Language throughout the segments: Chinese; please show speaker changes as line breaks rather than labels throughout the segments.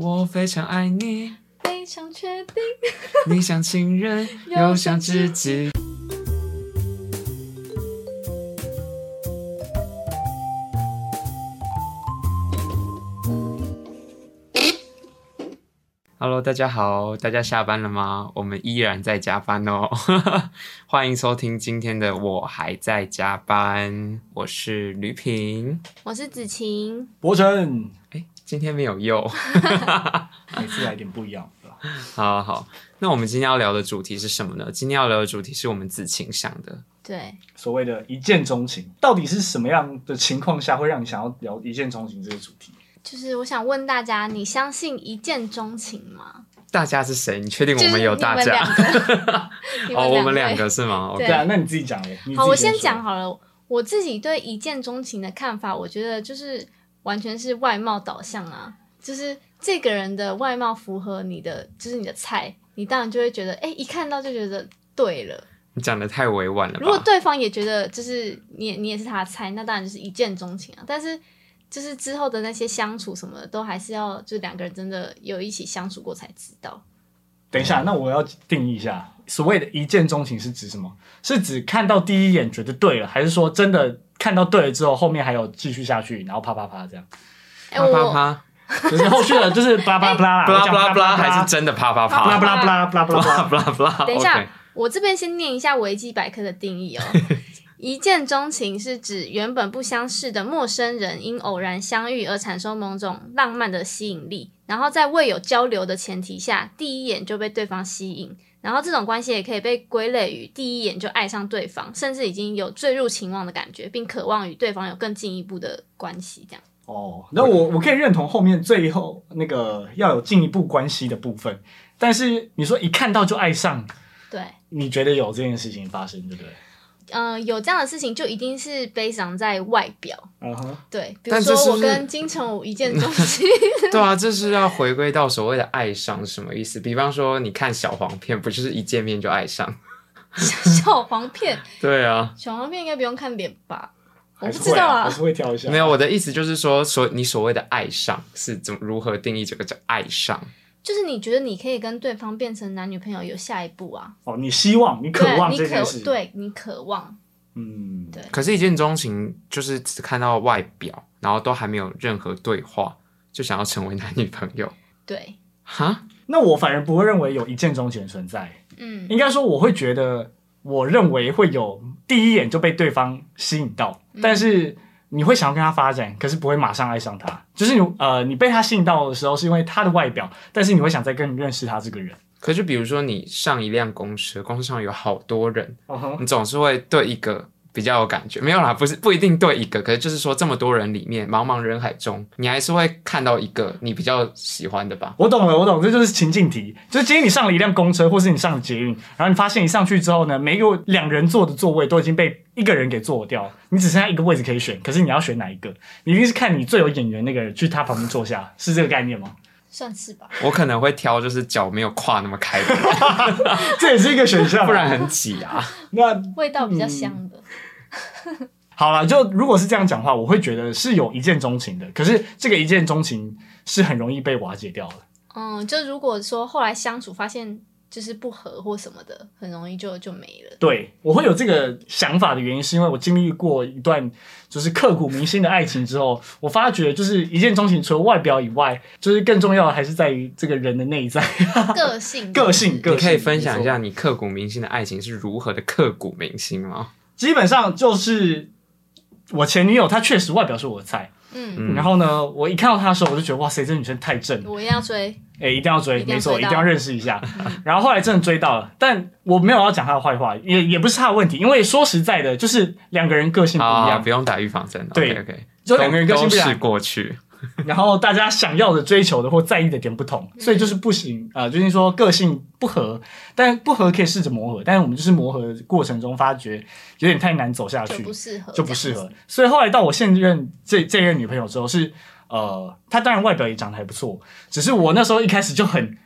我非常爱你，
非常确定，
你像情人又
又
像
像
知
知
己。Hello，大家好，大家下班了吗？我们依然在加班哦， 欢迎收听今天的《我还在加班》，我是吕平。
我是子晴，
博成，
哎，今天没有柚。
每次来点不一样的啦。
好好好，那我们今天要聊的主题是什么呢？今天要聊的主题是我们子晴想的，
对，
所谓的一见钟情，到底是什么样的情况下会让你想要聊一见钟情这个主题？
就是我想问大家，你相信一见钟情吗？
大家是谁？你确定
就是
我们有大
你
家？
们两个你
哦，我们
位
两 个是吗
对
？OK，
对啊，那你自己讲嘞。你自己
好，我先
说
讲。好了。我自己对一见钟情的看法，我觉得就是完全是外貌导向啊，就是这个人的外貌符合你的，就是你的菜，你当然就会觉得，哎、一看到就觉得对了。
你讲的太委婉了
如果
吧？
对方也觉得就是你也你也是他的菜，那当然就是一见钟情啊。但是就是之后的那些相处什么的，都还是要就两个人真的有一起相处过才知道。
等一下，那我要定义一下，所谓的一见钟情是指什么？是指看到第一眼觉得对了，还是说真的看到对了之后，后面还有继续下去，然后啪啪啪这样？
哎、
啪啪
我
啪
就是后续的，就是啪啪啪啦，
啪
我
啦啪
讲
啦
啪
啪啦，还是真的啊啪啪
啪
啪？
啦啪啦啪啦啪啦啪啦啪啦。
啪啦啪啦。
等一下
OK
我这边先念一下维基百科的定义哦。 一见钟情是指原本不相识的陌生人因偶然相遇而产生某种浪漫的吸引力，然后在未有交流的前提下，第一眼就被对方吸引，然后这种关系也可以被归类于第一眼就爱上对方，甚至已经有坠入情网的感觉，并渴望与对方有更进一步的关系。这样，
哦，那我我可以认同后面最后那个要有进一步关系的部分，但是你说一看到就爱上，
对，
你觉得有这件事情发生，对不对？
嗯、有这样的事情就一定是悲伤在外表，
嗯哼，
对，比如
但这是
说
不
我
是
跟金城武一见钟情。
对啊，这是要回归到所谓的爱上是什么意思？比方说，你看小黄片，不就是一见面就爱上？
小黄片，
对啊，
小黄片应该不用看脸吧？我
还
不
是
知
会
道
啊，还
啊
是。会挑一下。
没有，我的意思就是说，所你所谓的爱上是怎么如何定义这个叫爱上？
就是你觉得你可以跟对方变成男女朋友，有下一步啊？
哦，你希望你渴
对
望
你
这件
渴
事，，
对你渴望，
嗯，
对
可是，一见钟情就是只看到外表，然后都还没有任何对话，就想要成为男女朋友，
对，
哈？
那我反而不会认为有一见钟情的存在，
嗯，
应该说我会觉得，我认为会有第一眼就被对方吸引到，但是你会想要跟他发展，可是不会马上爱上他。就是你呃，你被他吸引到的时候，是因为他的外表，但是你会想再更认识他这个人。
可是，比如说你上一辆公车，公车上有好多人，
嗯哼，
你总是会对一个比较有感觉，没有啦，不是不一定对一个，可是就是说这么多人里面，茫茫人海中，你还是会看到一个你比较喜欢的吧？
我懂了，我懂，这就是情境题。就是今天你上了一辆公车，或是你上了捷运，然后你发现一上去之后呢，每一个两人座的座位都已经被一个人给坐掉，你只剩下一个位置可以选，可是你要选哪一个？你一定是看你最有眼缘那个人去他旁边坐下，是这个概念吗？
算是吧。
我可能会挑就是脚没有跨那么开的人，
这也是一个选 项啊，
不然很挤啊。
那
味道比较香
嗯
的，
好了，就如果是这样讲话，我会觉得是有一见钟情的，可是这个一见钟情是很容易被瓦解掉的。
嗯就如果说后来相处发现就是不合或什么的，很容易就就没 了。
对我会有这个想法的原因，是因为我经历过一段就是刻骨铭心的爱情之后，我发觉就是一见钟情，除了外表以外，就是更重要的还是在于这个人的 内在
个性，
个性。个性
你可以分享一
没
下
错，
你刻骨铭心的爱情是如何的刻骨铭心吗？
基本上就是我前女友，她确实外表是我的菜，
嗯，
然后呢，我一看到她的时候，我就觉得哇塞，这女生太正了。
我一定要追，
哎、一定要追，
一定要
没错，
追
一
到
定要认识 一下。然后后来真的追到了，但我没有要讲他的坏话，也也不是他的问题，因为说实在的，就是两个人个性不
啊，
一样，
不用打预防针。
对
o k o k
就两个人个性
都
不一
是
样，
过去。
然后大家想要的、追求的或在意的点不同，所以就是不行
嗯
啊、呃就是说个性不合，但不合可以试着磨合，但是我们就是磨合的过程中发觉有点太难走下
就
去
不，适合，
就不适合。。所以后来到我现任这这任女朋友之后是，呃，她当然外表也长得还不错，只是我那时候一开始就很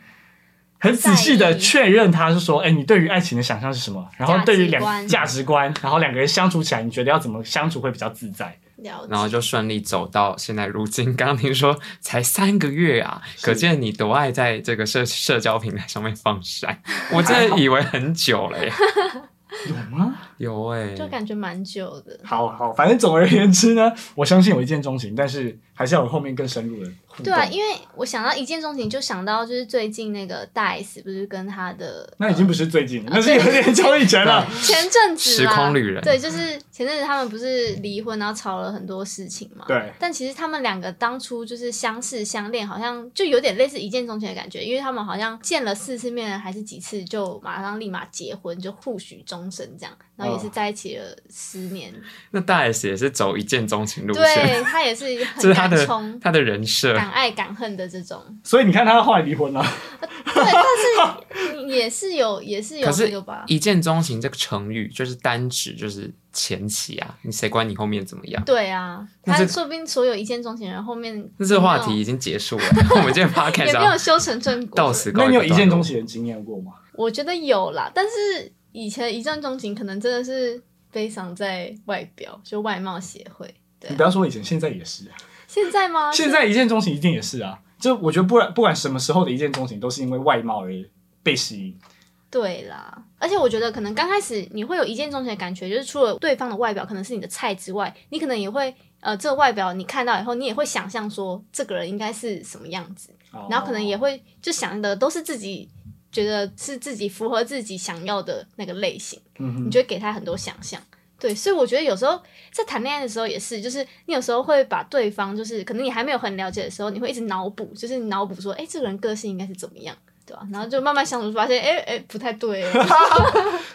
很仔细的确认她，是说，哎、你对于爱情的想象是什么？然后对于
价值观
两价值观，然后两个人相处起来，你觉得要怎么相处会比较自在？
了解。
然后就顺利走到现在如今。刚刚听说才三个月啊，可见你多爱在这个社社交平台上面放 闪。我真的以为很久了耶，
有吗？
有哎、
就感觉蛮久的。
好好，反正总而言之呢， 我相信有一见钟情，但是还是要有后面更深入的互动。
对啊，因为我想到一见钟情，就想到就是最近那个大 S 不是跟他的
那已经不是最近，那是
啊对
有点久以前了。
啊
前阵子啦
时空旅人
对，就是前阵子他们不是离婚，然后吵了很多事情嘛。
对，
但其实他们两个当初就是相识相恋，好像就有点类似一见钟情的感觉，因为他们好像见了四次面还是几次，就马上立马结婚，就互许终身这样，然后也是在一起了十年。
那大 S 也是走一见钟情路 线，
对他也是
这
很
是他
敢
的
冲、
他的人设。
敢爱敢恨的这种。
所以你看他后来离婚了，
对，但是也是有，也是有
可是
那个吧。
一见钟情这个成语就是单指就是前期啊，你谁管你后面怎么样？
对啊，
那
他
这
说不定所有一见钟情人后面
那这个话题
有
已经结束 了，我们今天 podcast
没有也没有
要
修成正果。
到此告一
那你有
个
一见钟
段落。
情的经验过吗？
我觉得有啦，但是以前一见钟情可能真的是非常在外表，就外貌协会。对
你
啊
不要说以前，现在也是。
现在吗？
现在一见钟情一定也是啊，就我觉得不然不管什么时候的一见钟情，都是因为外貌而被吸引。
对啦，而且我觉得可能刚开始你会有一见钟情的感觉，就是除了对方的外表可能是你的菜之外，你可能也会呃，这个外表你看到以后，你也会想象说这个人应该是什么样子，哦然后可能也会就想的都是自己觉得是自己符合自己想要的那个类型。
嗯
你
哼，
就会给他很多想象。对，所以我觉得有时候在谈恋爱的时候也是，就是你有时候会把对方，就是可能你还没有很了解的时候，你会一直脑补，就是你脑补说，哎、这个人个性应该是怎么样，对吧、然后就慢慢相处，发现，哎、哎、不太对、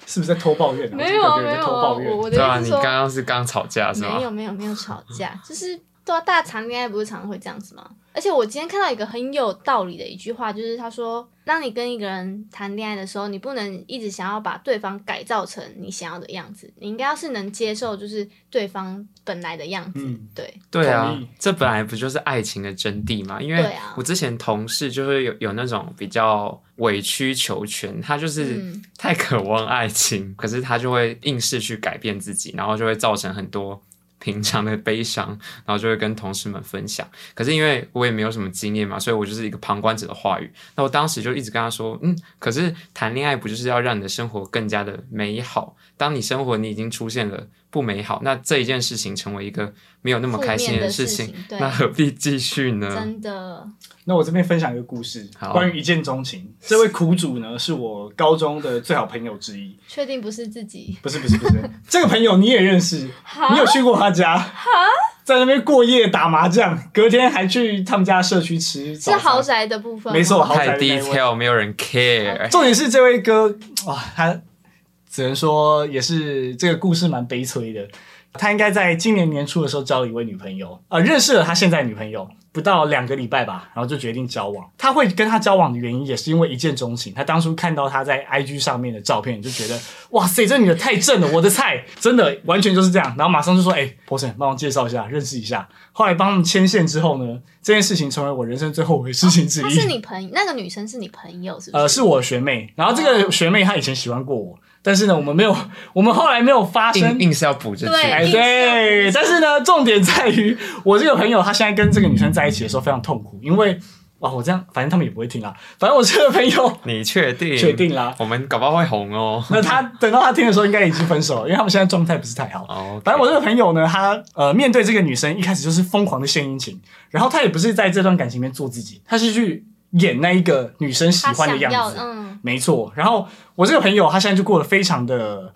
是不是在偷抱怨、啊？
没有啊
我怎么
没
感觉在
有
偷
啊，
抱
我
怨。
我的
对啊，
意思
你
是
刚
说，
刚是刚吵架是吗
没？有没有没有吵架， 就是对啊，大家谈恋爱不是常常会这样子吗？而且我今天看到一个很有道理的一句话，就是他说，当你跟一个人谈恋爱的时候，你不能一直想要把对方改造成你想要的样子，你应该要是能接受就是对方本来的样子，
嗯
对
对啊
同意，
这本来不就是爱情的真谛嘛？因为
对啊
我之前同事就是有有那种比较委曲求全，他就是
嗯
太渴望爱情， 可是他就会硬是去改变自己，然后就会造成很多平常的悲伤，然后就会跟同事们分享。可是因为我也没有什么经验嘛，所以我就是一个旁观者的话语。那我当时就一直跟他说，嗯，可是谈恋爱不就是要让你的生活更加的美好？当你生活你已经出现了不美好，那这一件事情成为一个没有那么
负
开心
面的
事
情
情，，
对，
那嗯何必继续呢？
真的，
那我这边分享一个故事，
好
关于一见钟情。这位苦主呢，是我高中的最好朋友之一。
确定不是自 己，
不是不 是不是，这个朋友你也认识，
好
你有去过他家？在那边过夜打麻将，隔天还去他们家社区吃早
是
啊
餐。
豪宅的部分吗，
没错好
太
宅的那一位
detail，没有人 care。
重点是这位哥哇，他只能说也是这个故事蛮悲催的。他应该在今年年初的时候交了一位女朋友，呃，认识了他现在女朋友不到两个礼拜吧，然后就决定交往。他会跟他交往的原因也是因为一见钟情。他当初看到他在 IG 上面的照片，就觉得哇塞，这女的太正了，我的菜，真的完全就是这样。然后马上就说，哎、p o s o n 帮我介绍一下，认识一下。后来帮他们牵线之后呢，这件事情成为我人生最后悔的事情之一。
她是你朋那个女生是你朋友是不是？
呃，是我学妹。然后这个学妹她以前喜欢过我，但是呢，我们没有，我们后来没有发生
硬。硬是要补这
对
句，
哎，对，但是呢，重点在于我这个朋友，她现在跟这个女生在一起的时候非常痛苦，因为哇，我这样，反正他们也不会听啦。反正我这个朋友，
你确定？
确定啦
我们搞不好会红哦。
那他等到他听的时候，应该已经分手了，因为他们现在状态不是太好。
哦，
反正我这个朋友呢，他呃面对这个女生，一开始就是疯狂的献殷勤，然后他也不是在这段感情里面做自己，他是去演那一个女生喜
她
欢的
想
样
要
子。
嗯，
没错。然后我这个朋友他现在就过得非常的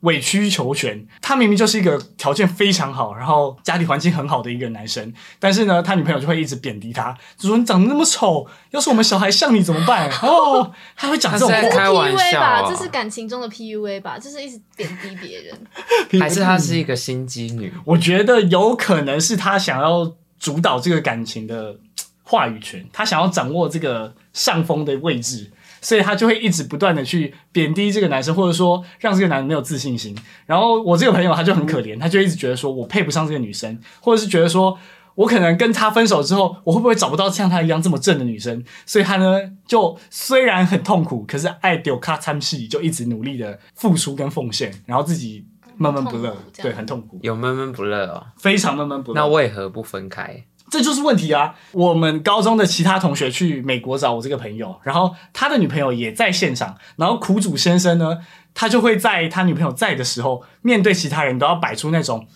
委曲求全，他明明就是一个条件非常好，然后家里环境很好的一个男生，但是呢，他女朋友就会一直贬低他，就说你长得那么丑，要是我们小孩像你怎么办？哦，他会讲这种
他是在
话，
开玩笑
PUA
啊
吧，这是感情中的 PUA 吧，就是一直贬低别人。
还是她是一个心机女，
我觉得有可能是他想要主导这个感情的嘖话语权，他想要掌握这个上风的位置，所以他就会一直不断的去贬低这个男生，或者说让这个男人没有自信心。然后我这个朋友他就很可怜，他就一直觉得说我配不上这个女生，或者是觉得说。我可能跟他分手之后，我会不会找不到像他一样这么正的女生？所以他呢，就虽然很痛苦，可是爱丢卡参戏，就一直努力的付出跟奉献，然后自己闷闷不乐
痛苦，这样
对，很痛苦，
有闷闷不乐哦。
非常闷闷不乐。
那为何不分开？
这就是问题啊！我们高中的其他同学去美国找我这个朋友，然后他的女朋友也在现场，然后苦主先生呢，他就会在他女朋友在的时候，面对其他人都要摆出那种，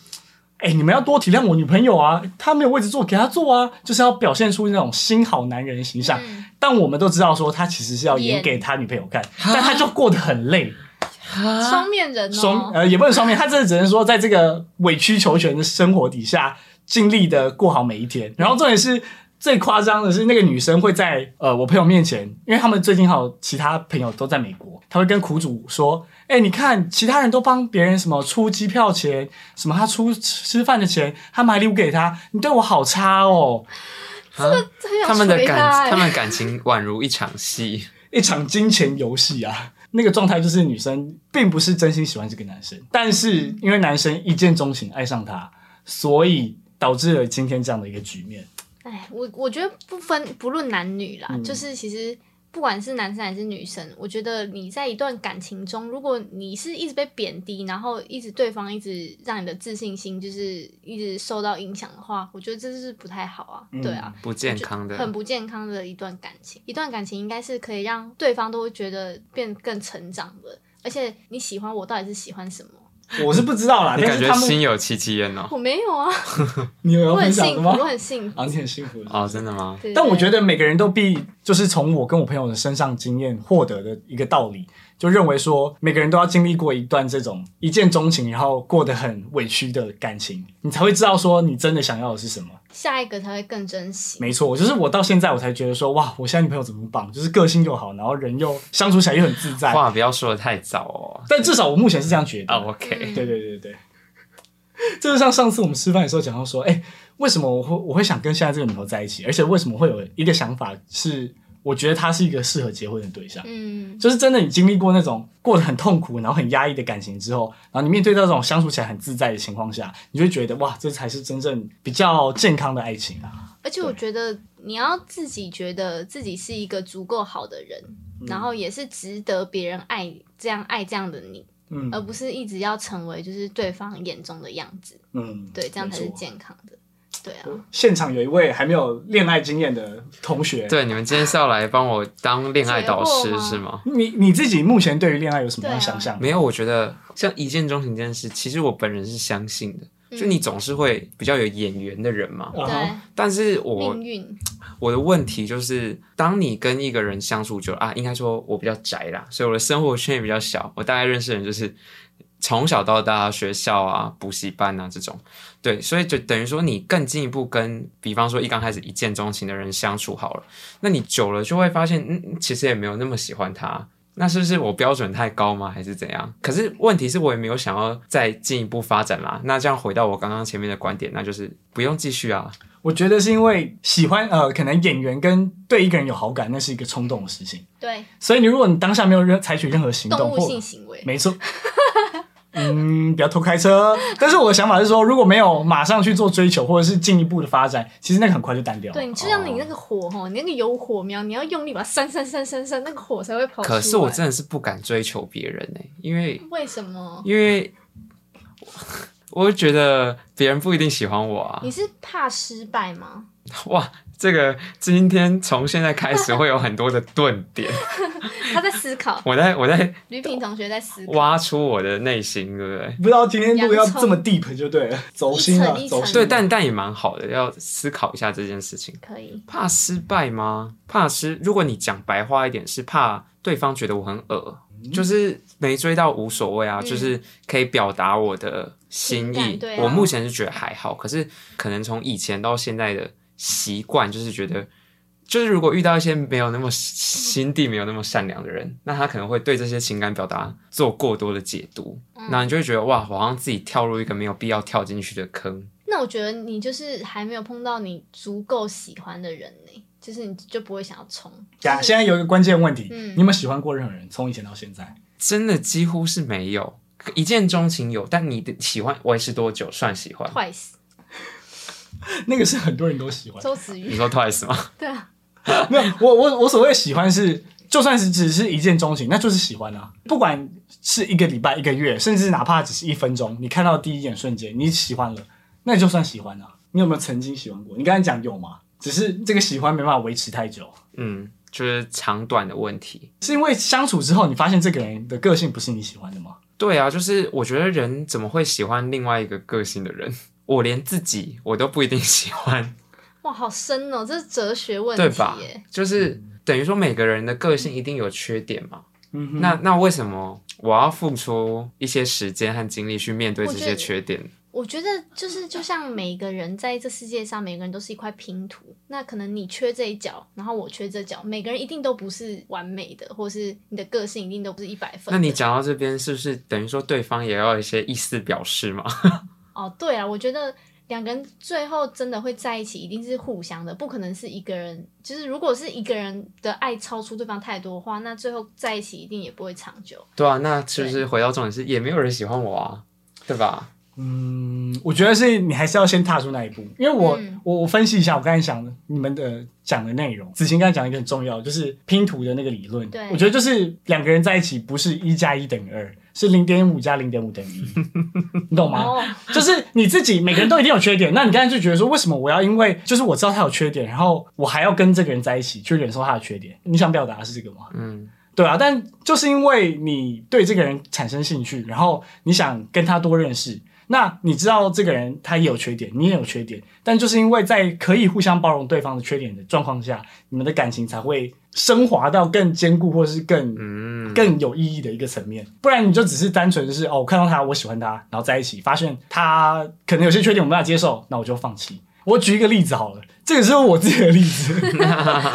哎，你们要多体谅我女朋友啊，她没有位置坐，给她坐啊，就是要表现出那种新好男人的形
啊
象。
嗯
但我们都知道说，他其实是要演
演
给他女朋友看，但他就过得很累。
啊，
双面人哦，
双呃也不能双面，他真的只能说在这个委曲求全的生活底下，尽力的过好每一天。然后重点是。最夸张的是，那个女生会在呃我朋友面前，因为他们最近还有其他朋友都在美国，她会跟苦主说：“哎、你看其他人都帮别人什么出机票钱，什么他出吃饭的钱，他买礼物给他，你对我好差哦。”
啊
很想
他们的
捶
感，他
欸
们感情宛如一场戏。
一场金钱游戏啊。那个状态就是女生并不是真心喜欢这个男生，但是
嗯
因为男生一见钟情爱上她，所以导致了今天这样的一个局面。
哎，我我觉得不分不论男女
嗯
啦，就是其实不管是男生还是女生，我觉得你在一段感情中，如果你是一直被贬低，然后一直对方一直让你的自信心就是一直受到影响的话，我觉得这是不太好啊，
嗯
嗯
对啊。
不健康的，
很不健康的一段感情，一段感情应该是可以让对方都会觉得变更成长的，而且你喜欢我到底是喜欢什么？
我是不知道啦，
你
但
感
是
觉
他们
心有戚戚焉哦。
我没有啊，
你有
我
要
很
分享
幸
的
福，
吗？
我很幸福。
啊，你很幸福。
哦，真的吗？
对
但我觉
得
得每个人都必就是从我跟我朋友的身上经验获得的一个道理，就认为说每个人都要经历过一段这种一见钟情，然后过得很委屈的感情，你才会知道说你真的想要的是什么。
下一个才会更珍惜。
没错，我就是我到现在我才觉得说，哇，我现在女朋友怎么棒，就是个性又好，然后人又相处起来又很自在。
话不要说的太早哦。
但至少我目前是这样觉得。
啊，OK，
嗯
对对对对， 这就像上次我们吃饭的时候讲到说，哎、为什么我会我会想跟现在这个女朋友在一起，而且为什么会有一个想法是，我觉得她是一个适合结婚的对象。
嗯，
就是真的，你经历过那种过得很痛苦，然后很压抑的感情之后，然后你面对到这种相处起来很自在的情况下，你就会觉得哇，这才是真正比较健康的爱情啊！
而且我觉得你要自己觉得自己是一个足够好的人，
嗯
然后也是值得别人爱这样爱这样的你，
嗯
而不是一直要成为就是对方眼中的样子。
嗯，
对，这样才是
没错
健康的。对啊，
现场有一位还没有恋爱经验的同学，，
对，你们今天是要来帮我当恋爱导
解惑
师
吗
是吗？
你你自己目前对于恋爱有什么样的想象？
没有，我觉得像一见钟情这件事，其实我本人是相信的。就你总是会比较有眼缘的人嘛，
啊
对
哈，
但是我
命运
我的问题就是，当你跟一个人相处久了啊，应该说我比较宅啦，所以我的生活圈也比较小，我大概认识的人就是从小到大学校啊、补习班啊这种，对，所以就等于说你更进一步跟，比方说一刚开始一见钟情的人相处好了，那你久了就会发现，嗯，其实也没有那么喜欢他。那是不是我标准太高吗？还是怎样？可是问题是我也没有想要再进一步发展啦。那这样回到我刚刚前面的观点，那就是不用继续啊。
我觉得是因为喜欢呃，可能演员跟对一个人有好感，那是一个冲动的事情。
对
所以你如果你当下没有任采取任何行
动
动，
物
或
性行为，
没错。 嗯，不要偷开车。但是我的想法是说，如果没有马上去做追求，或者是进一步的发展，其实那个很快就淡掉了。
对，你就像你那个火吼，你那个有火苗，你要用力把它扇扇扇扇扇，那个火才会跑出来。
可是我真的是不敢追求别人呢、因为
为什么？
因为 我会觉得别人不一定喜欢我啊
你。是怕失败吗？
哇，这个今天从现在开始会有很多的顿点，
他在 思考，
我在我在
吕品同学在思考。
挖出我的内心，对不对？
不知道今天录要
洋葱
这么 deep 就对了，走心了
一层，一层
走心了。
对，但但也蛮好的，要思考一下这件事情。
可以，
怕失败吗？怕失？如果你讲白话一点，是怕对方觉得我很恶，就是没追到无所谓啊，
嗯
就是可以表达我的心
情
意。
感对啊
我目前是觉得还好，可是可能从以前到现在的习惯，就是觉得。就是如果遇到一些没有那么心地没有那么善良的人，那他可能会对这些情感表达做过多的解读，
嗯
那你就会觉得哇，我好像自己跳入一个没有必要跳进去的坑。
那我觉得你就是还没有碰到你足够喜欢的人呢、就是你就不会想要冲。
呀，现在有一个关键问题，
嗯
你有没有喜欢过任何人？从以前到现在，
真的几乎是没有。一见钟情有，但你的喜欢维持多久算喜欢？
Twice，
那个是很多人都喜欢。
周子
你
瑜，
说 twice 吗？
对啊，
没有，我我我所谓的喜欢是就算是只是一见钟情，那就是喜欢啊。不管是一个礼拜、一个月，甚至哪怕只是一分钟，你看到第一眼瞬间你喜欢了，那就算喜欢啊。你有没有曾经喜欢过？你刚才讲有嘛？只是这个喜欢没办法维持太久，
嗯，就是长短的问题。
是因为相处之后你发现这个人的个性不是你喜欢的吗？
对啊，就是我觉得人怎么会喜欢另外一个个性的人？我连自己我都不一定喜 欢，
哇，好深哦，这是哲学问
对
题
吧
耶。？
就是等于说每个人的个性一定有缺点嘛。
嗯哼
那那为什么我要付出一些时间和精力去面对这
我觉得
些缺点？
我觉得就是就像每个人在这世界上，每个人都是一块拼图。那可能你缺这一角，然后我缺这角，每个人一定都不是完美的，或是你的个性一定都不是一百分的。
那你讲到这边，是不是等于说对方也要有一些意思表示嘛？
哦，对啊，我觉得两个人最后真的会在一起，一定是互相的，不可能是一个人。就是如果是一个人的爱超出对方太多的话，那最后在一起一定也不会长 久。
对啊，那是不是回到重点是也没有人喜欢我啊，对吧？
嗯，我觉得是你还是要先踏出那一步，因为我、
嗯
我我分析一下我刚才想的你们的讲的内容。子晴刚才讲一个很重要，就是拼图的那个理论。
对
我觉得就是两个人在一起不是一加一等于二，是零点五加零点五等于一， 你懂吗？
哦，
就是你自己，每个人都一定有缺点。那你刚才就觉得说，为什么我要因为就是我知道他有缺点，然后我还要跟这个人在一起去忍受他的缺点？你想表达的是这个吗？
嗯，
对啊，但就是因为你对这个人产生兴趣，然后你想跟他多认识，那你知道这个人他也有缺点，你也有缺点，但就是因为在可以互相包容对方的缺点的状况下，你们的感情才会升华到更坚固，或是更
嗯
更有意义的一个层面。不然你就只是单纯就是哦，我看到他，我喜欢他，然后在一起，发现他可能有些缺点我没办法接受，那我就放弃。我举一个例子好了，这个是我自己的例子。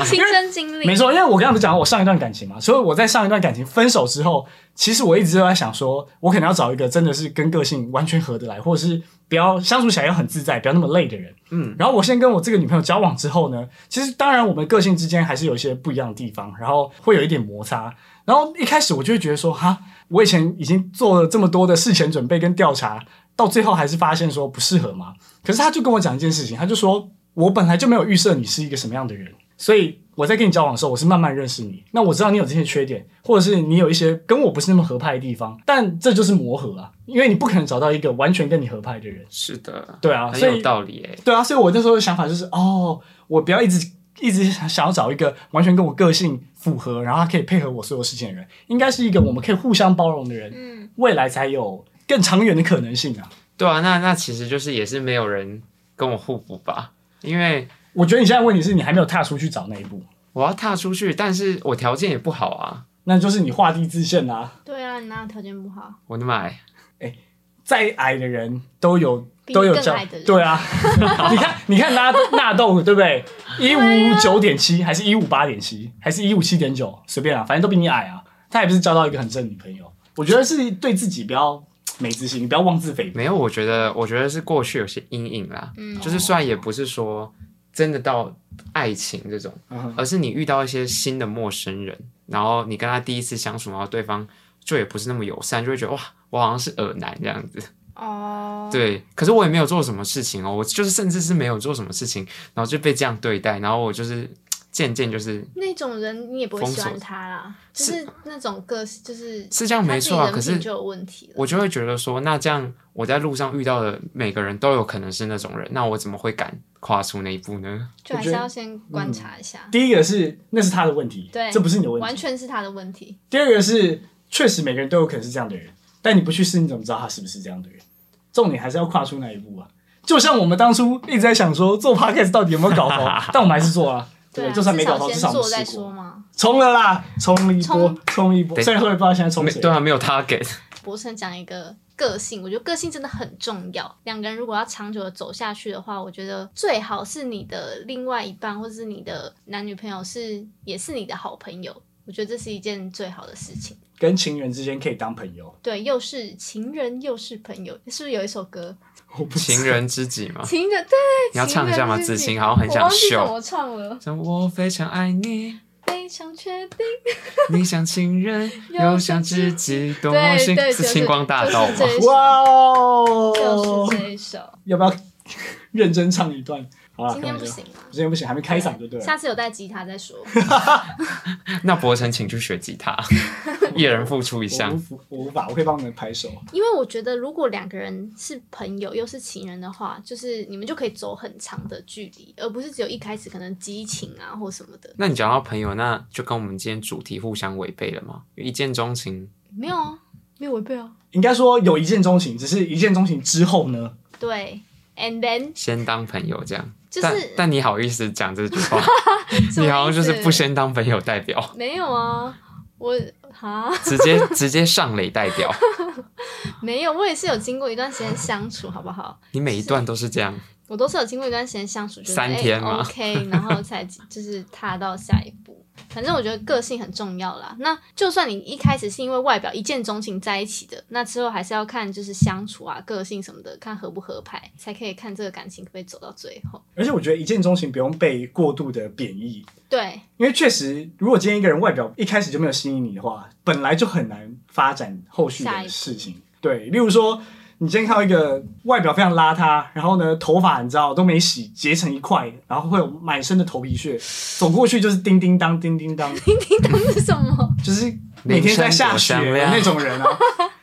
亲身经历，
没错，因为我刚刚不是讲我上一段感情嘛，所以我在上一段感情分手之后，其实我一直都在想说，我可能要找一个真的是跟个性完全合得来，或者是不要相处起来要很自在，不要那么累的人。
嗯，
然后我先跟我这个女朋友交往之后呢，其实当然我们个性之间还是有一些不一样的地方，然后会有一点摩擦。然后一开始我就会觉得说，哈，我以前已经做了这么多的事前准备跟调查，到最后还是发现说不适合嘛。可是他就跟我讲一件事情，他就说我本来就没有预设你是一个什么样的人，所以我在跟你交往的时候，我是慢慢认识你。那我知道你有这些缺点，或者是你有一些跟我不是那么合拍的地方，但这就是磨合啊，因为你不可能找到一个完全跟你合拍的人。
是的，
对啊，
很
所以
有道理诶。
对啊，所以我那时候的想法就是，哦，我不要一直一直想要找一个完全跟我个性符合，然后他可以配合我所有事情的人，应该是一个我们可以互相包容的人，
嗯，
未来才有更长远的可能性啊。
对啊，那那其实就是也是没有人跟我互补吧，因为
我觉得你现在问题是你还没有踏出去找那一步，
我要踏出去，但是我条件也不好啊，
那就是你画地自限啦、
对啊，你哪有条件不好？
我的妈耶！
再矮的人都有
比
都有
更
这样
矮的人
对啊， 你看你看纳纳豆对 不对？一
啊
五九点七还是一五八点七还是一五七点九，随便啊，反正都比你矮啊。他也不是交到一个很正的女朋友，我觉得是对自己不要没自信，你不要妄自菲薄。
没有，我觉得，我觉得是过去有些阴影啦。
嗯
就是虽然也不是说真的到爱情这种，
嗯
而是你遇到一些新的陌生人，然后你跟他第一次相处，然后对方就也不是那么友善，就会觉得哇，我好像是耳男这样子。
哦，，
对，可是我也没有做什么事情哦，我就是甚至是没有做什么事情，然后就被这样对待，然后我就是渐渐就是
那种人你也不会喜欢
封锁
他啦，就是那种个性，就是
是这样没错啊，
他
可
自己人
是
品就有问题了。
我就会觉得说，那这样我在路上遇到的每个人都有可能是那种人，那我怎么会敢跨出那一步呢？
就还是要先观察一下，
第一个是那是他的问题，
对
这不是你的问
完
题。
全是他的问题。
第二个是确实每个人都有可能是这样的人，但你不去试，你怎么知道他是不是这样的人？重点还是要跨出那一步啊！就像我们当初一直在想说做 podcast 到底有没有 搞头，但我们还是做啊，对
啊，
不对，就算没搞头，
至
至
少
少
先
我
做
们
再
试
说
过，
嘛。
冲了啦，冲一波
冲，
冲一波。
对
虽然我也不知道现在
哦
冲
没
谁，
对啊，没有 target。
博成讲一个个性，我觉得个性真的很重要。两个人如果要长久的走下去的话，我觉得最好是你的另外一半或者是你的男女朋友是也是你的好朋友，我觉得这是一件最好的事情。
跟情人之间可以当朋友，
对，又是情人又是朋友，是不是有一首歌？
我不知
情人知己嘛，
情人对，
啊你要唱一下吗？
情人
子
知己
欣好像很
我
想
忘记怎
秀。
么唱了，
像我非常爱 你，
非常确定。
你像情人又像知己，多么
对
幸
对
是
就是
星光大道
就是这
吗？
一
哇
首，
哦
就是，这一首。
要不要认真唱一段？好啦
今天
开玩
不
笑
行啊，
今天不行，还没开嗓就对了。
下次有带吉他再 说。
那博成请去学吉 他，一人付出一
我
项
无。法，我无法，我可以帮你们拍手。
因为我觉得，如果两个人是朋友又是情人的话，就是你们就可以走很长的距离，而不是只有一开始可能激情啊或什么的。
那你讲到朋友，那就跟我们今天主题互相违背了吗？一见钟情，
没有啊，没有违背啊。
应该说有一见钟情，只是一见钟情之后呢，
对，and then
先当朋友这样。
就是
但但你好意思讲这句话？
什么
你好像就是
意思
不先当朋友代 表，
没有啊，我哈
直接直接上垒代表。
没有，我也是有经过一段时间相处，好不好？
你每一段都是这样，
我都是有经过一段时间相处，就是
三天
哎
吗
OK，然后才就是踏到下一步。反正我觉得个性很重要啦。那就算你一开始是因为外表一见钟情在一起的，那之后还是要看就是相处啊、个性什么的，看合不合拍，才可以看这个感情可不可以走到最后。
而且我觉得一见钟情不用被过度的贬义，
对，
因为确实，如果今天一个人外表一开始就没有吸引你的话，本来就很难发展后续
下一
的
步
事情。对，例如说，你今天看到一个外表非常邋遢，然后呢头发你知道都没洗，结成一块，然后会有满身的头皮屑，走过去就是叮叮当叮叮当，
叮当是什么？
就是每天在下雪的那 种人啊。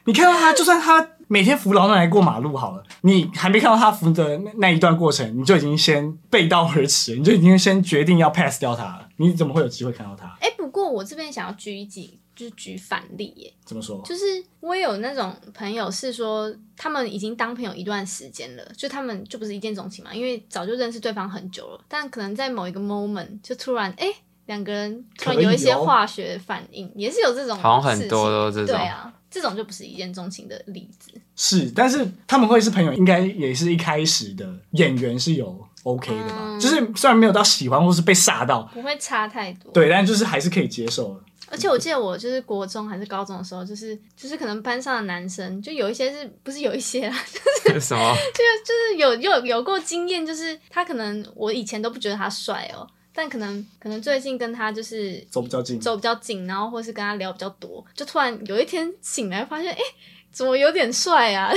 你看到他，就算他每天扶老奶奶过马路好了，你还没看到他扶的那那一段过程，你就已经先背道而驰，你就已经先决定要 pass 掉他了。你怎么会有机会看到他？
哎、不过我这边想要举一举，就是举反例耶，
怎么说？
就是我也有那种朋友是说，他们已经当朋友一段时间了，就他们就不是一见钟情嘛，因为早就认识对方很久了，但可能在某一个 moment 就突然哎，诶两个人突然有一些
可以哦
化学反应，也是有这种
好像很多都
事
是
情
这
对
种。
啊，这种就不是一见钟情的例子。
是，但是他们会是朋友，应该也是一开始的演员是有 OK 的吧？
嗯
就是虽然没有到喜欢或是被吓到，
不会差太多，
对，但就是还是可以接受的。
而且我记得我就是国中还是高中的时候，就是就是可能班上的男生，就有一些是不是有一些啊，
什么？
就是有有有过经验，就是他可能我以前都不觉得他帅哦，但可能可能最近跟他就是
走比较近
走比较近，然后或是跟他聊比较多，就突然有一天醒来发现，哎、怎么有点帅啊？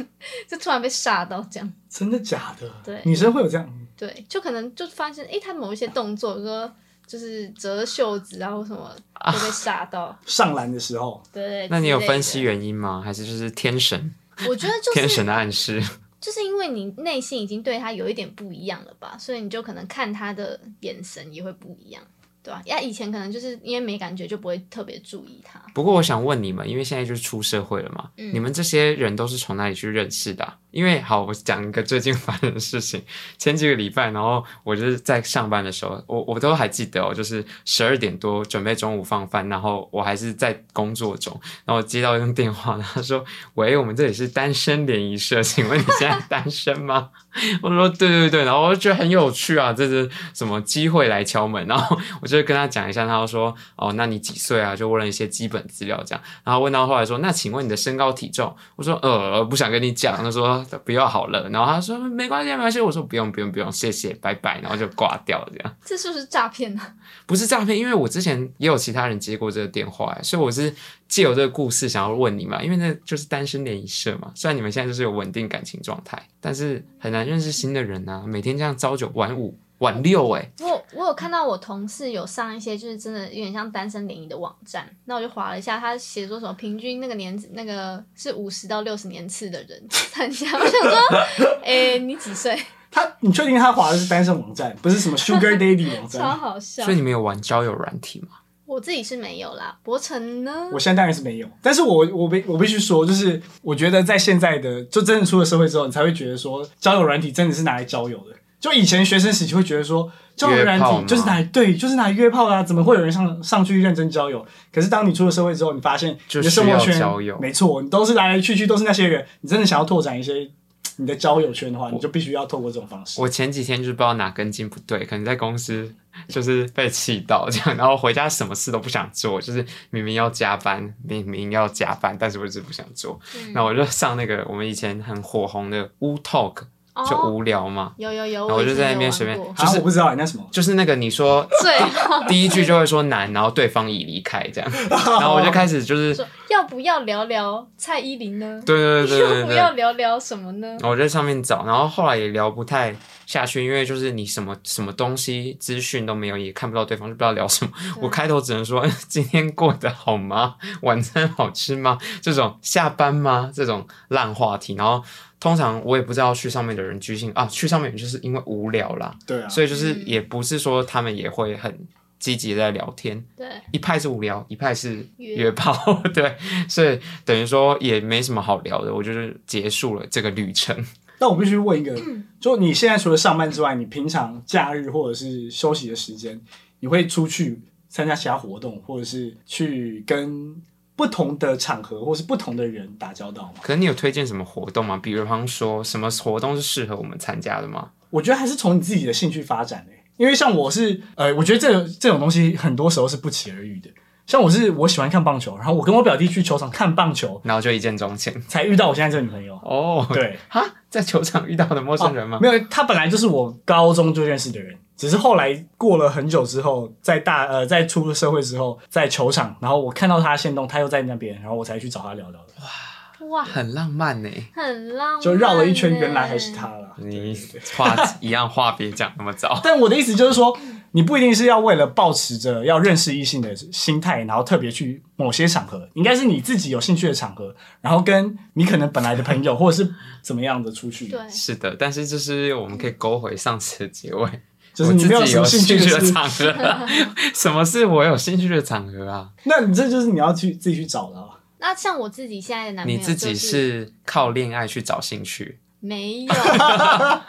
就突然被吓到这样，
真的假的？
对
女生会有这样？
对，就可能就发现，哎、他某一些动作，比如说就是折袖子啊或什么，就被吓到，
上篮的时候，
对。
那你有
之类的
分析？原因吗？还是就是天神
我觉得就是
天神的暗示？
就是因为你内心已经对他有一点不一样了吧，所以你就可能看他的眼神也会不一样，对吧、呀，以前可能就是因为没感觉，就不会特别注意他。
不过我想问你们，因为现在就是出社会了嘛，
嗯
你们这些人都是从哪里去认识的啊、因为好，我讲一个最近发生的事情。 前几个礼拜，然后我就是在上班的时候，我我都还记得哦，就是十二点多准备中午放饭，然后我还是在工作中，然后我接到一通电话，他说：“ 喂，我们这里是单身联谊社，请问你现在单身吗？” 我说：“对对对。”然后我就觉得很有趣啊，这是什么机会来敲门？然后我就跟他讲一下，他就说：“哦，那你几岁啊？”就问了一些基本资料这样。然后问到后来说，那请问你的身高体重？我说呃，不想跟你讲。他说不要好了。然后他说没关系，没关系。我说不用不用不用，谢谢，拜拜。然后就挂掉了这样。
这是不是诈骗啊呢？
不是诈骗，因为我之前也有其他人接过这个电话，哎所以我是借由这个故事想要问你嘛，因为那就是单身联谊社嘛。虽然你们现在就是有稳定感情状态，但是很难认识新的人啊，每天这样朝九晚五晚六，哎，
我我有看到我同事有上一些就是真的有点像单身联谊的网站，那我就划了一下，他写说什么平均那个年纪那个是五十到六十年次的人参加，我想说，哎、你 几岁？
他，你确定他滑的是单身网站，不是什么 Sugar Daddy 网
超
站？
好笑
所以。你们有玩交友软体吗？
我自己是没有啦，博成呢？
我现在当然是没有，但是我我必我必须说，就是我觉得在现在的，就真的出了社会之后，你才会觉得说，交友软体真的是拿来交友的。就以前学生时期会觉得说，交友软
约炮吗
体就是拿来对，就是拿来约炮的、啊，怎么会有人上上去认真交友？可是当你出了社会之后，你发现
就
你的生活
需要
圈
交友，
没错，你都是来来去去都是那些人，你真的想要拓展一些你的交友圈的话，你就必须要透过这种方式。
我前几天就是不知道哪根筋不对，可能在公司就是被气到这样，然后回家什么事都不想做，就是明明要加班，明明要加班，但是我就是不想做。
嗯
那我就上那个我们以前很火红的 Wu Talk 就
哦，
无聊嘛，
有有有，
然后我就
以前
在那
有
边
玩
随便
过
就是
啊、我不知道、那什么，
就是那个你 说
最后
第一句就会说难，然后对方已离开 这样，然后我就开始就是
说要不要聊聊蔡依林呢？
对对对对对
要不
对，
要聊聊什么呢
然？后我在上面找，然后后来也聊不太下去，因为就是你什么什么东西资讯都没有，也看不到对方，就不知道聊什么。我开头只能说 今天过得好吗？晚餐好吃吗？这种下班吗？这种烂话题。然后通常我也不知道去上面的人居心啊，去上面就是因为无聊啦，
对啊，
所以就是
嗯
也不是说他们也会很积极地在聊天，
对，
一派是无聊，一派是
约
约炮， 对，所以等于说也没什么好聊的，我就是结束了这个旅程。
但我必须问一个，就你现在除了上班之外，你平常假日或者是休息的时间，你会出去参加其他活动，或者是去跟不同的场合或是不同的人打交道吗？
可能你有推荐什么活动吗？比方说什么活动是适合我们参加的吗？
我觉得还是从你自己的兴趣发展、欸、因为像我是，呃，我觉得这这种东西很多时候是不期而遇的。像我是我喜欢看棒球，然后我跟我表弟去球场看棒球，
然后就一见钟情
才遇到我现在这个女朋友。
哦。
对，
哈，在球场遇到的陌生人吗？
哦没有，他本来就是我高中就认识的人，只是后来过了很久之后，在大呃在出社会之后，在球场，然后我看到他现动，他又在那边，然后我才去找他聊聊的，
哇，
很浪漫呢、
很浪漫，
就绕了一圈，原来还是。他啦。
你 话一样话别讲那么早。
但我的意思就是说，你不一定是要为了保持着要认识异性的心态，然后特别去某些场合，应该是你自己有兴趣的场合，然后跟你可能本来的朋友或者是怎么样的出去，
欸对，
是的，但是就是我们可以勾回上次的结 尾，
就是你
我自
没
己
什么
有
兴
兴
趣
趣
的
的
事
场合 啊，什么是我有兴趣的场合啊？
那你这就是你要去自己去找的、啊。
那像我自己现在的男朋
你
友、啊就是，
自己是靠恋爱去找兴趣，
没有？ 哎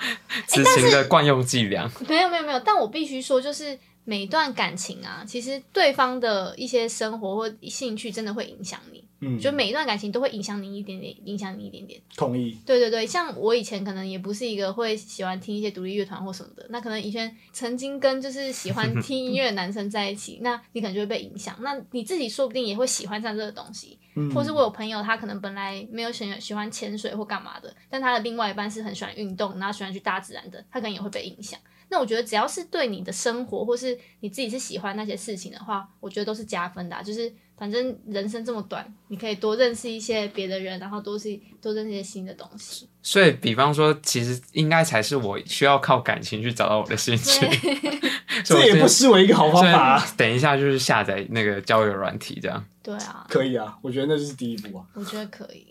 执行的惯用伎俩。
没有没有没有，但我必须说，就是每一段感情啊，其实对方的一些生活或兴趣真的会影响你。
嗯，
就每一段感情都会影响你一点点，影响你一点点。
同意。
对对对，像我以前可能也不是一个会喜欢听一些独立乐团或什么的，那可能以前曾经跟就是喜欢听音乐的男生在一起，那你可能就会被影响，那你自己说不定也会喜欢上这个东西。
嗯，
或是我有朋友，他可能本来没有喜喜欢潜水或干嘛的，但他的另外一半是很喜欢运动，然后喜欢去大自然的，他可能也会被影响。那我觉得只要是对你的生活或是你自己是喜欢那些事情的话，我觉得都是加分的啊、就是反正人生这么短，你可以多认识一些别的人，然后多是多认识一些新的东西。
所以，比方说，其实应该才是我需要靠感情去找到我的兴趣。
对
所以
这
我
也不
是
失为一个好方
所以
法、啊。
等一下就是下载那个交友软体，这样，
对啊，
可以啊，我觉得那就是第一步啊。
我觉得可以。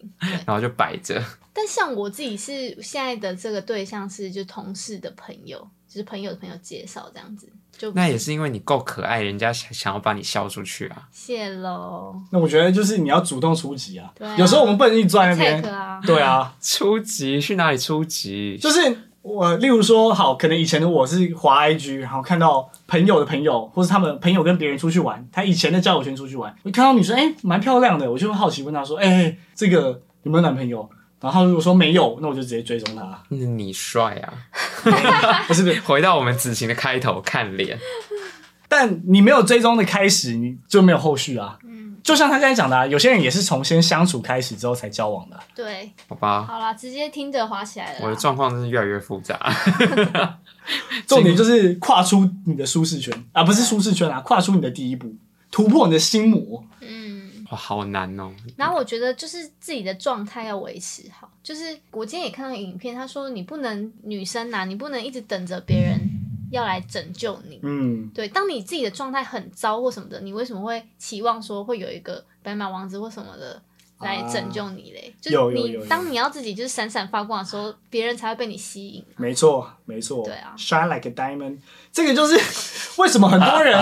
然后就摆着。
但像我自己是现在的这个对象是就同事的朋友，就是朋友的朋友介绍这样子，就
那也是因为你够可爱，人家想想要把你笑出去啊。
谢喽。
那我觉得就是你要主动出击啊。
对啊
有时候我们不能一直坐在那边
take。啊，
对啊，
初级去哪里初级？
就是我，例如说，好，可能以前的我是滑 IG，然后看到朋友的朋友，或是他们朋友跟别人出去玩，他以前的交友圈出去玩，我看到女生，哎、蛮漂亮的，我就会好奇问她说，哎、这个有没有男朋友？然后她如果说没有，那我就直接追踪她。
那你帅啊！
不是不是，
回到我们子晴的开头，看脸。
但你没有追踪的开始，你就没有后续啊。
嗯，
就像他刚才讲的、啊，有些人也是从先相处开始之后才交往的啊、
对，
好吧，
好啦，直接听着滑起来了啦。
我的状况真是越来越复杂。
重点就是跨出你的舒适圈啊，不是舒适圈啊，跨出你的第一步，突破你的心魔。
嗯，
哇，好难哦。
然后我觉得就是自己的状态要维持好，就是我今天也看到影片，他说你不能女生呐、你不能一直等着别人要来拯救你。
嗯，
对，当你自己的状态很糟或什么的，你为什么会期望说会有一个白马王子或什么的来拯救你嘞？就
有
是
有
你
有有
当你要自己就是闪闪发光的时候，别人才会被你吸引。
没错，没错。
对啊
，Shine like a diamond，这个就是 为什么很 多人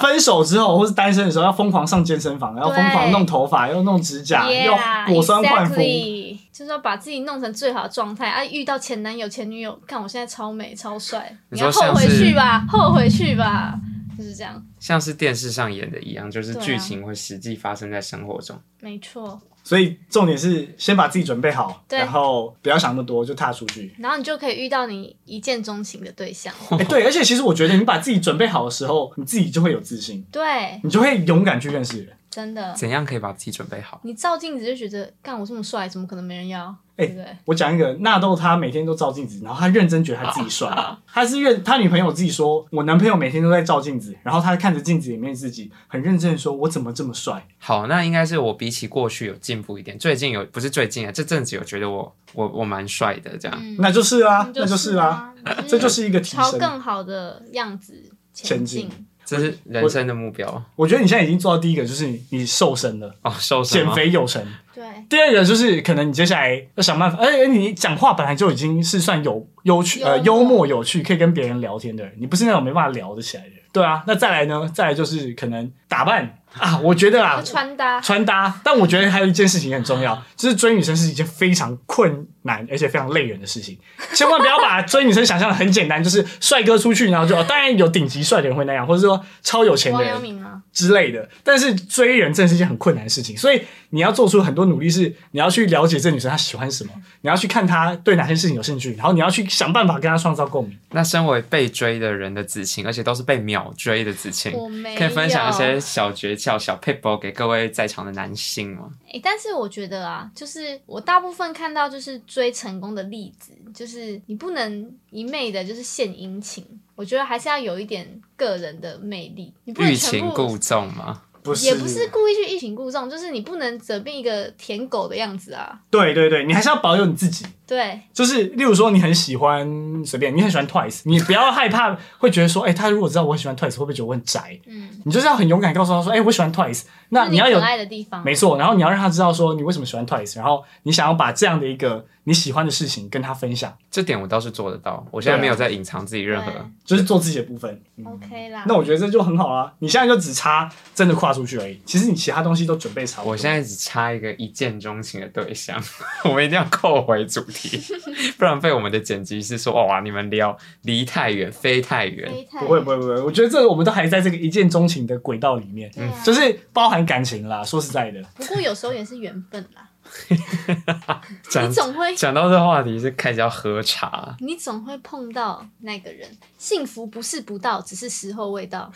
分手之后或是单身的时候要疯狂上健身房，要疯狂弄头发，要弄指甲，
Yeah，
要果酸焕肤。
exactly，就是要把自己弄成最好的状态啊！遇到前男友、前女友，看我现在超美、超帅，
你
你
说
要后
像
悔
是
去吧，后悔去吧，就是这样，
像是电视上演的一样，就是
对啊
剧情会实际发生在生活中。
没错。
所以重点是先把自己准备好，
对
然后不要想那么多，就踏出去。
然后你就可以遇到你一见钟情的对象，
哎、对，而且其实我觉得你把自己准备好的时候，你自己就会有自信，
对
你就会勇敢去认识人。
真的。
怎样可以把自己准备好？
你照镜子就觉得，干我这么帅，怎么可能没人要？
哎
对不对？
我讲一个纳豆，他每天都照镜子，然后他认真觉得他自己帅。
啊
他是认他女朋友自己说，我男朋友每天都在照镜子，然后他看着镜子里面自己，很认真的说，我怎么这么帅？
好，那应该是我比起过去有进步一点，最近有不是最近啊，这阵子有觉得我我我蛮帅的这样。
嗯
那就是啦、
你
那就是啦、
啊，你
这就是一个提
朝
升。
更好的样子前
前
这是人生的目标
我觉得你现在已经做到第一个，就是你你瘦身了，
哦，瘦身
减
吗？
肥有成。
对，
第二个就是可能你接下来要想办法，而且你讲话本来就已经是算有有趣呃
幽默
幽默有趣，可以跟别人聊天的人，你不是那种没办法聊得起来的人。对啊，那再来呢？再来就是可能打扮啊，我觉得啊
要。穿搭
穿搭，但我觉得还有一件事情很重要，就是追女生是一件非常困难而且非常累人的事情。千万不要把追女生想象的很简单，就是帅哥出去，然后就、哦、当然有顶级帅的人会那样，或者说超有钱的
王
人
阳明啊，
之类的。但是追人真的是一件很困难的事情，所以你要做出很多努力是，你要去了解这女生她喜欢什么，你要去看她对哪些事情有兴趣，然后你要去想办法跟她创造共鸣。
那身为被追的人的子晴，而且都是被秒追的子晴，
我没有
可以分享一些小诀窍、小 p a p e 给各位在场的男性吗？
哎、但是我觉得啊，就是我大部分看到就是追成功的例子，就是你不能一昧的就是献殷勤，我觉得还是要有一点个人的魅力，你不能
欲
全
擒
部
故。纵吗？
不是，
也不是故意去欲擒故纵，就是你不能责变一个舔狗的样子啊。
对对对，你还是要保有你自己。
对，
就是，例如说，你很喜欢随便，你很喜欢 Twice，你不要害怕，会觉得说，哎、他如果知道我很喜欢 Twice，会不会觉得我很宅？
嗯，
你就是要很勇敢告诉他说，哎、我喜欢 Twice。那
这是
你要
可
有
爱的地方，
没错，然后你要让他知道说你为什么喜欢 Twice，然后你想要把这样的一个你喜欢的事情跟他分享，
这点我倒是做得到，我现在没
啊
有在隐藏自己任何。
就是做自己的部分。嗯
对，OK 啦。
那我觉得这就很好啊啦，你现在就只差真的跨出去而已。其实你其他东西都准备差不多。
我现在只差一个一见钟情的对象， 我们一定要扣回主 题，不然被我们的剪辑师说哇，你们聊离太远，飞太远。
非太
不会不会不会，我觉得这个我们都还在这个一见钟情的轨道里面，
对啊
就是包含感情啦。说实在的，
不过有时候也是缘分啦，
讲
你总会
讲到这话题是开始要喝茶，
你总会碰到那个人。幸福不是不到，只是时候未 到。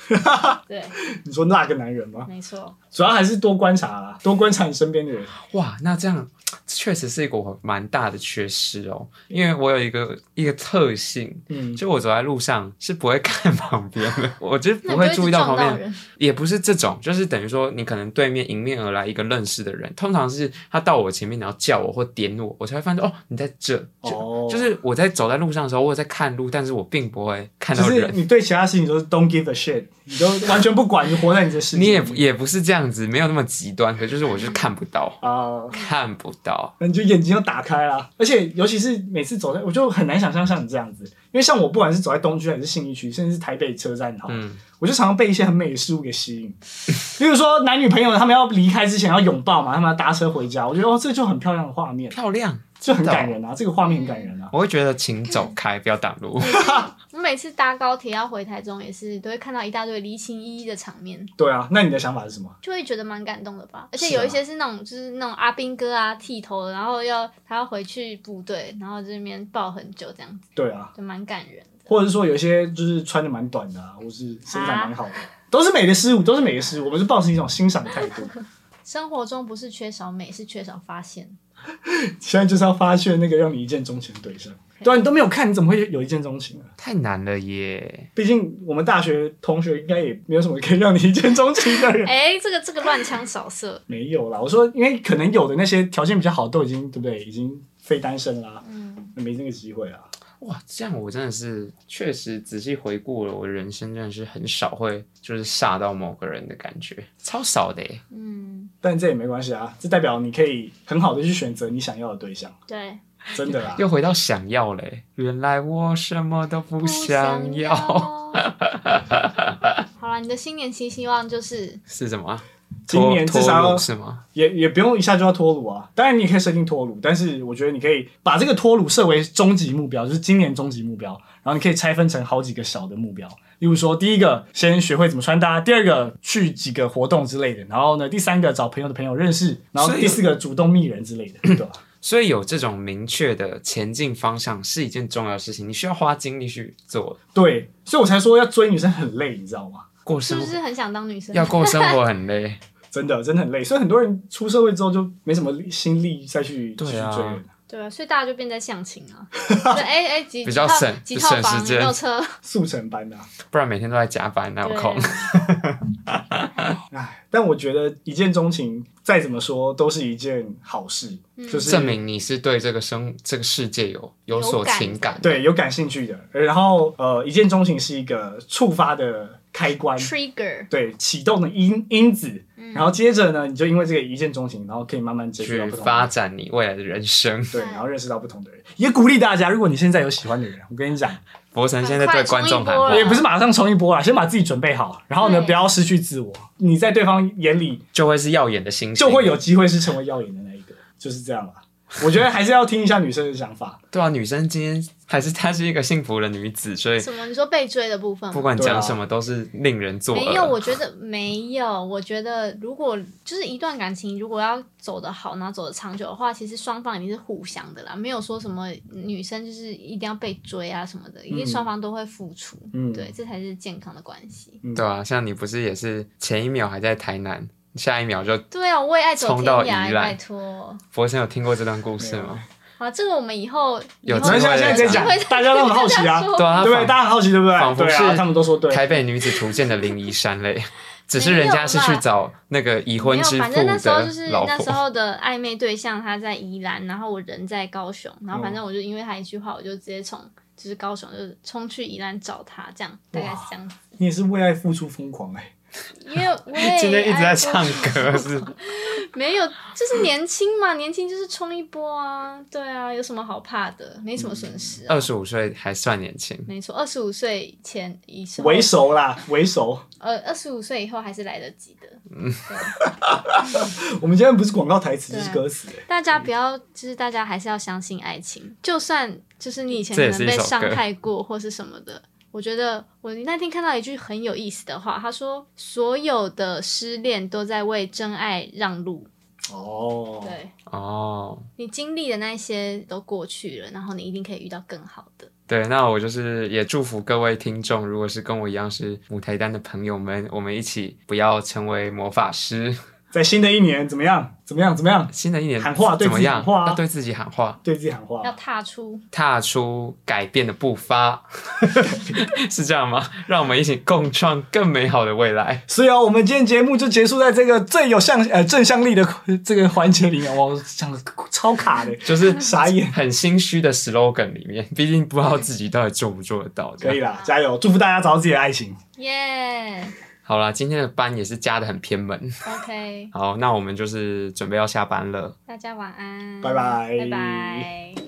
对，
你说那个男人吗？
没错。
主要还是多观察啦，多观察你身边的人。
哇，那这样确实是一个我蛮大的缺失哦，因为我有一个一个特性，
嗯，
就我走在路上是不会 看旁边的，我 就
那
不
你就
会
一直
注意到旁
撞
边，
人，
也不是这种，就是等于说你可能对面迎面而来一个认识的人，通常是他到我前面，然后叫我或点我，我才会发现哦，你在这。就、
哦
就是我在走在路上的时候，我有在看路，但是我并不会看
就
到
是
人。
你对其他事情都是 don't give a shit，你都完全不管，你活在你的世界
你
里
也
面。
不也不是这样子，没有那么极端，可就是我就是看不到，
啊。
看不到。
那你就眼睛要打开啦。而且尤其是每次走在，我就很难想象像你这样子，因为像我不管是走在东区还是信义区，甚至是台北车站好，
嗯，
我就常常被一些很美的事物给吸引。 比如说男女朋友他们要离开之前要拥抱嘛，他们要搭车回家，我觉得哦这就很漂亮的画面，
漂亮，
就很
真的
感人啊，这个画面很感人啊。
我会觉得请走开，不要挡路。
我每次搭高铁要回台中，也是都会看到一大堆离情依依的场面，
对啊，那你的想法是什么？
就会觉得蛮感动的吧。而
是啊
且有一些是那种，就是那种阿兵哥啊，剃头的，然后要他要回去部队，然后这边抱很久，这样子
对啊，
就蛮感人的。
或者是说有一些就是穿的蛮短的啊，或是身材蛮好的。都是美的事物，都是美的事物，我们是抱持一种欣赏的态度。
生活中不是缺少美，是缺少发现。
现在就是要发现那个让你一见钟情的对象。对啊，你都没有看，你怎么会有一见钟情啊？
太难了耶！
毕竟我们大学同学应该也没有什么可以让你一见钟情的人。
哎、这个这个乱枪扫射，
没有啦，我说，因为可能有的那些条件比较好，都已经对不对，已经非单身啦，
嗯，
没那个机会啦。
哇，这样我真的是确实仔细回顾了，我人生真的是很少会就是吓到某个人的感觉，超少的耶。
嗯，
但这也没关系啊，这代表你可以很好的去选择你想要的对象，
对，
真的啦。
又回到想要嘞、原来我什么都不想要，
好了，你的新年新希望就是
是什么啊？
今年
脱
至少
脱
要
乳是吗？
也也不用一下就要脱乳啊，当然你也可以设定脱乳，但是我觉得你可以把这个脱乳设为终极目标，就是今年终极目标，然后你可以拆分成好几个小的目标，例如说第一个先学会怎么穿搭，第二个去几个活动之类的，然后呢第三个找朋友的朋友认识，然后
所以
第四个主动密人之类的，对吧？
所以有这种明确的前进方向是一件重要的事情，你需要花精力去做。
对，所以我才说要追女生很累，你知道吗？
过
是
生
不
活
是很想当女生？
要过生活很累，
真的真的很累。所以很多人出社会之后就没什么力心力再去继续
对啊
追人，
对啊，所以大家就变在相亲 啊，就哎哎几
比
几
较
套
省
几套
省时
房有
间
没有车，
速成班的、啊。
不然每天都在加班，哪啊有
对
空？
唉，但我觉得一见钟情再怎么说都是一件好事，
嗯
就是
证明你是对这个生这个世界有有所情感。
对有感兴趣的。然后呃，一见钟情是一个触发的开关，
trigger，
对启动的因因子。
嗯
然后接着呢，你就因为这个一见钟情，然后可以慢慢接触到
去
不同的
发展你未来的人生。
对，然后认识到不同的人，也鼓励大家，如果你现在有喜欢的人，我跟你讲，
博成现在对观众喊话
对，
也不是马上冲一波啊啦，先把自己准备好，然后呢，
对
不要失去自我，你在对方眼里
就会是耀眼的星星，
就会有机会是成为耀眼的那一个，就是这样啦。我觉得还是要听一下女生的想法，
对啊。女生今天还是她是一个幸福的女子，所以
什么？你说被追的部分吗
不管讲什么都是令人作
啊没有，
呕。
我觉得没有。我觉得如果就是一段感情，如果要走得好，然后走得长久的话，其实双方一定是互相的啦，没有说什么女生就是一定要被追啊什么的，一定双方都会付出。
嗯
对，这才是健康的关系。
对啊，像你不是也是前一秒还在台南，下一秒就
对啊，我也爱走
冲
天
到宜
涯，
兰
拜托。
博成有听过这段故事吗？
好，这个我们以后
有
以
机
后
会
那现在现在直接
有机
讲
会，
大家都很好奇啊，
说
对啊，
对不对？大
仿
家很好奇对不
仿
对？
佛
对
是
啊，他们都说对，
台北女子图鉴的林怡珊嘞，只是
没有
人家是去
啦
找那个已
没
婚
有，
之
反
妇
正那时候就是
的老
那时
婆。
候的暧昧对象，他在宜兰，然后我人在高雄，然
哦
后反正我就因为他一句话，我就直接从就是高雄就是冲去宜兰找他，这样大概是这样子。
你也是为爱付出疯狂哎、
因为我也
今天一直在
爱
唱
过
歌，是
没有，就是年轻嘛，年轻就是冲一波啊，对啊，有什么好怕的？没什么损失 啊
二。十五岁还算年轻，
没错，二十五岁前以后，
为熟啦，为熟。
呃，二十五岁以后还是来得及的。
我们今天不是广告台词，
对
就是歌词、哎
大家
嗯
不要，就是大家还是要相信爱情，就算就是你以前
这也
可
是
能
一
被
首
伤
歌
害过或是什么的。我觉得我那天看到一句很有意思的话，他说：“所有的失恋都在为真爱让路。
哦，
对”，
哦。
你经历的那些都过去了，然后你一定可以遇到更好的。
对，那我就是也祝福各位听众，如果是跟我一样是舞台单的朋友们，我们一起不要成为魔法师。
在新的一年怎么样？怎么样？怎么样？
新的一年
喊话对
怎
自己
么样？
喊话啊
要对自己喊话，
对自己喊
哦
话
要。踏出，
踏出改变的步伐， 是这样吗？让我们一起共创更美好的未来。
所以啊，我们今天节目就结束在这个最有向呃正向力的 这个环节里面。哇，我讲的超卡的，
就是
傻眼。
很心虚的 slogan 里面，毕竟不知道自己到底做不做得到。这
可
样
以啦，加油！祝福大家找到自己的爱情。
耶、
好啦，今天的班也是加的很偏门。
OK，
好，那我们就是准备要下班了。
大家晚安，
拜拜
拜拜。